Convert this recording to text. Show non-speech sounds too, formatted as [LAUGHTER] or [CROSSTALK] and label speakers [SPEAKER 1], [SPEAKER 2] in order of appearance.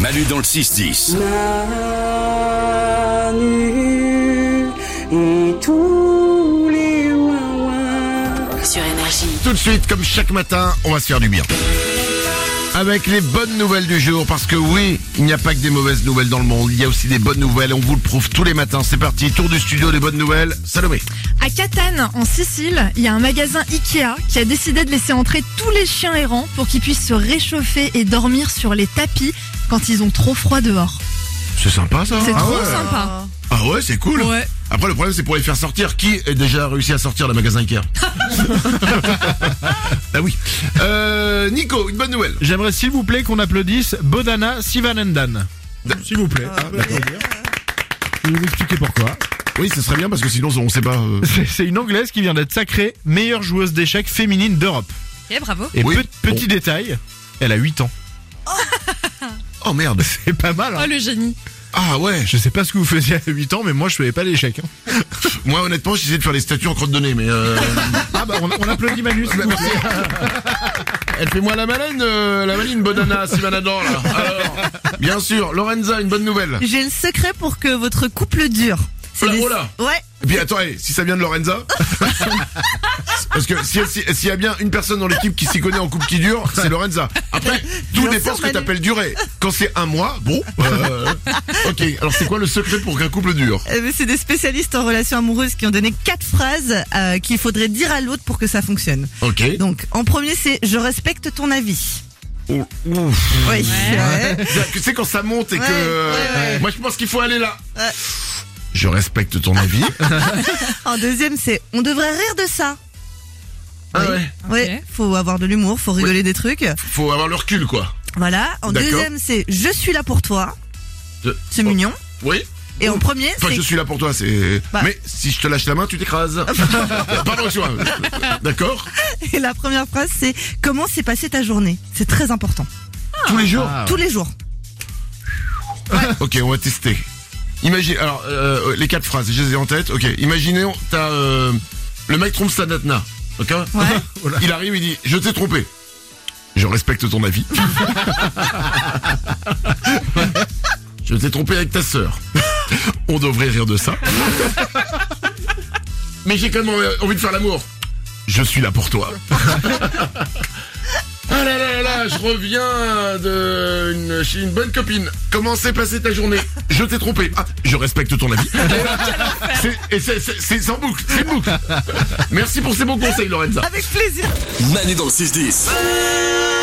[SPEAKER 1] Manu dans le 6-10.
[SPEAKER 2] Manu et tous les ouin-ouin.
[SPEAKER 3] sur énergie.
[SPEAKER 4] Tout de suite, comme chaque matin, on va se faire du bien. Avec les bonnes nouvelles du jour, parce que oui, il n'y a pas que des mauvaises nouvelles dans le monde, il y a aussi des bonnes nouvelles, on vous le prouve tous les matins. C'est parti, tour du studio des bonnes nouvelles. Salomé.
[SPEAKER 5] À Catane, en Sicile, il y a un magasin Ikea qui a décidé de laisser entrer tous les chiens errants pour qu'ils puissent se réchauffer et dormir sur les tapis quand ils ont trop froid dehors.
[SPEAKER 4] C'est sympa ça
[SPEAKER 5] C'est
[SPEAKER 4] ah
[SPEAKER 5] trop
[SPEAKER 4] ouais.
[SPEAKER 5] sympa.
[SPEAKER 4] Ah ouais, c'est cool.
[SPEAKER 5] Ouais.
[SPEAKER 4] Après, le problème, c'est pour les faire sortir. Qui a déjà réussi à sortir le
[SPEAKER 5] [LAUGHS]
[SPEAKER 4] magasin Ikea Ah oui. Euh, Nico, une bonne nouvelle.
[SPEAKER 6] J'aimerais s'il vous plaît qu'on applaudisse Bodana Sivanendan. S'il vous plaît. Je vais vous expliquer pourquoi.
[SPEAKER 4] Oui, ce serait bien parce que sinon, on sait pas. euh,
[SPEAKER 6] C'est- [LAUGHS] C'est une Anglaise qui vient d'être sacrée meilleure joueuse d'échecs féminine d'Europe.
[SPEAKER 5] Eh bravo.
[SPEAKER 6] Et
[SPEAKER 4] Oui.
[SPEAKER 6] pe- petit détail, elle a 8 ans.
[SPEAKER 4] Oh merde.
[SPEAKER 6] [LAUGHS] C'est pas mal. hein.
[SPEAKER 5] Oh, le génie.
[SPEAKER 4] Ah ouais.
[SPEAKER 6] Je sais pas ce que vous faisiez à 8 ans, mais moi je faisais pas d'échecs. hein.
[SPEAKER 4] Moi, honnêtement, j'essayais de faire les statues en crotte de nez, mais. euh,
[SPEAKER 6] Ah bah on, on applaudit [LAUGHS] Manu. s'il vous plaît.
[SPEAKER 4] Elle fait moi la malène, euh, la maline Bonana, Sivanadan
[SPEAKER 7] [LAUGHS]
[SPEAKER 4] là. Alors, bien sûr, Lorenza, une bonne nouvelle.
[SPEAKER 7] J'ai le secret pour que votre couple dure. C'est
[SPEAKER 4] Oh là,
[SPEAKER 7] des-
[SPEAKER 4] oh là.
[SPEAKER 7] Ouais,
[SPEAKER 4] Et puis attends, eh, si ça vient de Lorenza,
[SPEAKER 7] [LAUGHS]
[SPEAKER 4] parce que si- si- s'il y a bien une personne dans l'équipe qui s'y connaît en couple qui dure, c'est Lorenza. Après, tout
[SPEAKER 7] Bien
[SPEAKER 4] dépend
[SPEAKER 7] sûr,
[SPEAKER 4] ce que
[SPEAKER 7] Manu.
[SPEAKER 4] t'appelles durer. Quand c'est un mois, bon. euh, ok. Alors c'est quoi le secret pour qu'un couple dure
[SPEAKER 7] euh, c'est des spécialistes en relations amoureuses qui ont donné quatre phrases euh, qu'il faudrait dire à l'autre pour que ça fonctionne.
[SPEAKER 4] Ok.
[SPEAKER 7] Donc, en premier, c'est je respecte ton avis.
[SPEAKER 4] Ouh, ouf.
[SPEAKER 7] Oui. ouais.
[SPEAKER 4] Tu sais quand ça monte et que euh,
[SPEAKER 7] Ouais, ouais, ouais.
[SPEAKER 4] moi je pense qu'il faut aller là.
[SPEAKER 7] Ouais.
[SPEAKER 4] Je respecte ton avis.
[SPEAKER 7] [LAUGHS] En deuxième, c'est on devrait rire de ça.
[SPEAKER 4] Ah ouais.
[SPEAKER 7] Ouais, faut avoir de l'humour, faut rigoler des trucs.
[SPEAKER 4] Faut avoir le recul quoi.
[SPEAKER 7] Voilà. En
[SPEAKER 4] D'accord.
[SPEAKER 7] deuxième, c'est je suis là pour toi.
[SPEAKER 4] Je- Oh.
[SPEAKER 7] C'est mignon.
[SPEAKER 4] Oui.
[SPEAKER 7] Et en premier,
[SPEAKER 4] Enfin,
[SPEAKER 7] c'est
[SPEAKER 4] je suis là pour toi, c'est.
[SPEAKER 7] Bah.
[SPEAKER 4] Mais si je te lâche la main, tu t'écrases. Pardon, excuse-moi. D'accord
[SPEAKER 7] [LAUGHS] et la première phrase, c'est comment s'est passée ta journée. C'est très important.
[SPEAKER 4] Tous les jours
[SPEAKER 6] Ah,
[SPEAKER 7] Tous les jours.
[SPEAKER 4] Ok, on va tester. Imagine. Alors, euh, les quatre phrases, je les ai en tête. Ok, imaginez, t'as. euh, le mec trompe sa natna. Ok
[SPEAKER 7] Ouais.
[SPEAKER 6] Oh là.
[SPEAKER 4] Il arrive, il dit Je t'ai trompé. Je respecte ton avis. je t'ai trompé avec ta sœur. On devrait rire de ça. Mais j'ai quand même envie de faire l'amour. Je suis là pour toi. Ah là là là là, je reviens de une- chez une bonne copine. Comment s'est passée ta journée Je t'ai trompé. Ah, je respecte ton avis. C'est- Et c'est- c'est c'est en boucle, c'est en boucle. Merci pour ces bons conseils, Lorenza.
[SPEAKER 7] Avec plaisir.
[SPEAKER 1] Manu dans le 6-10.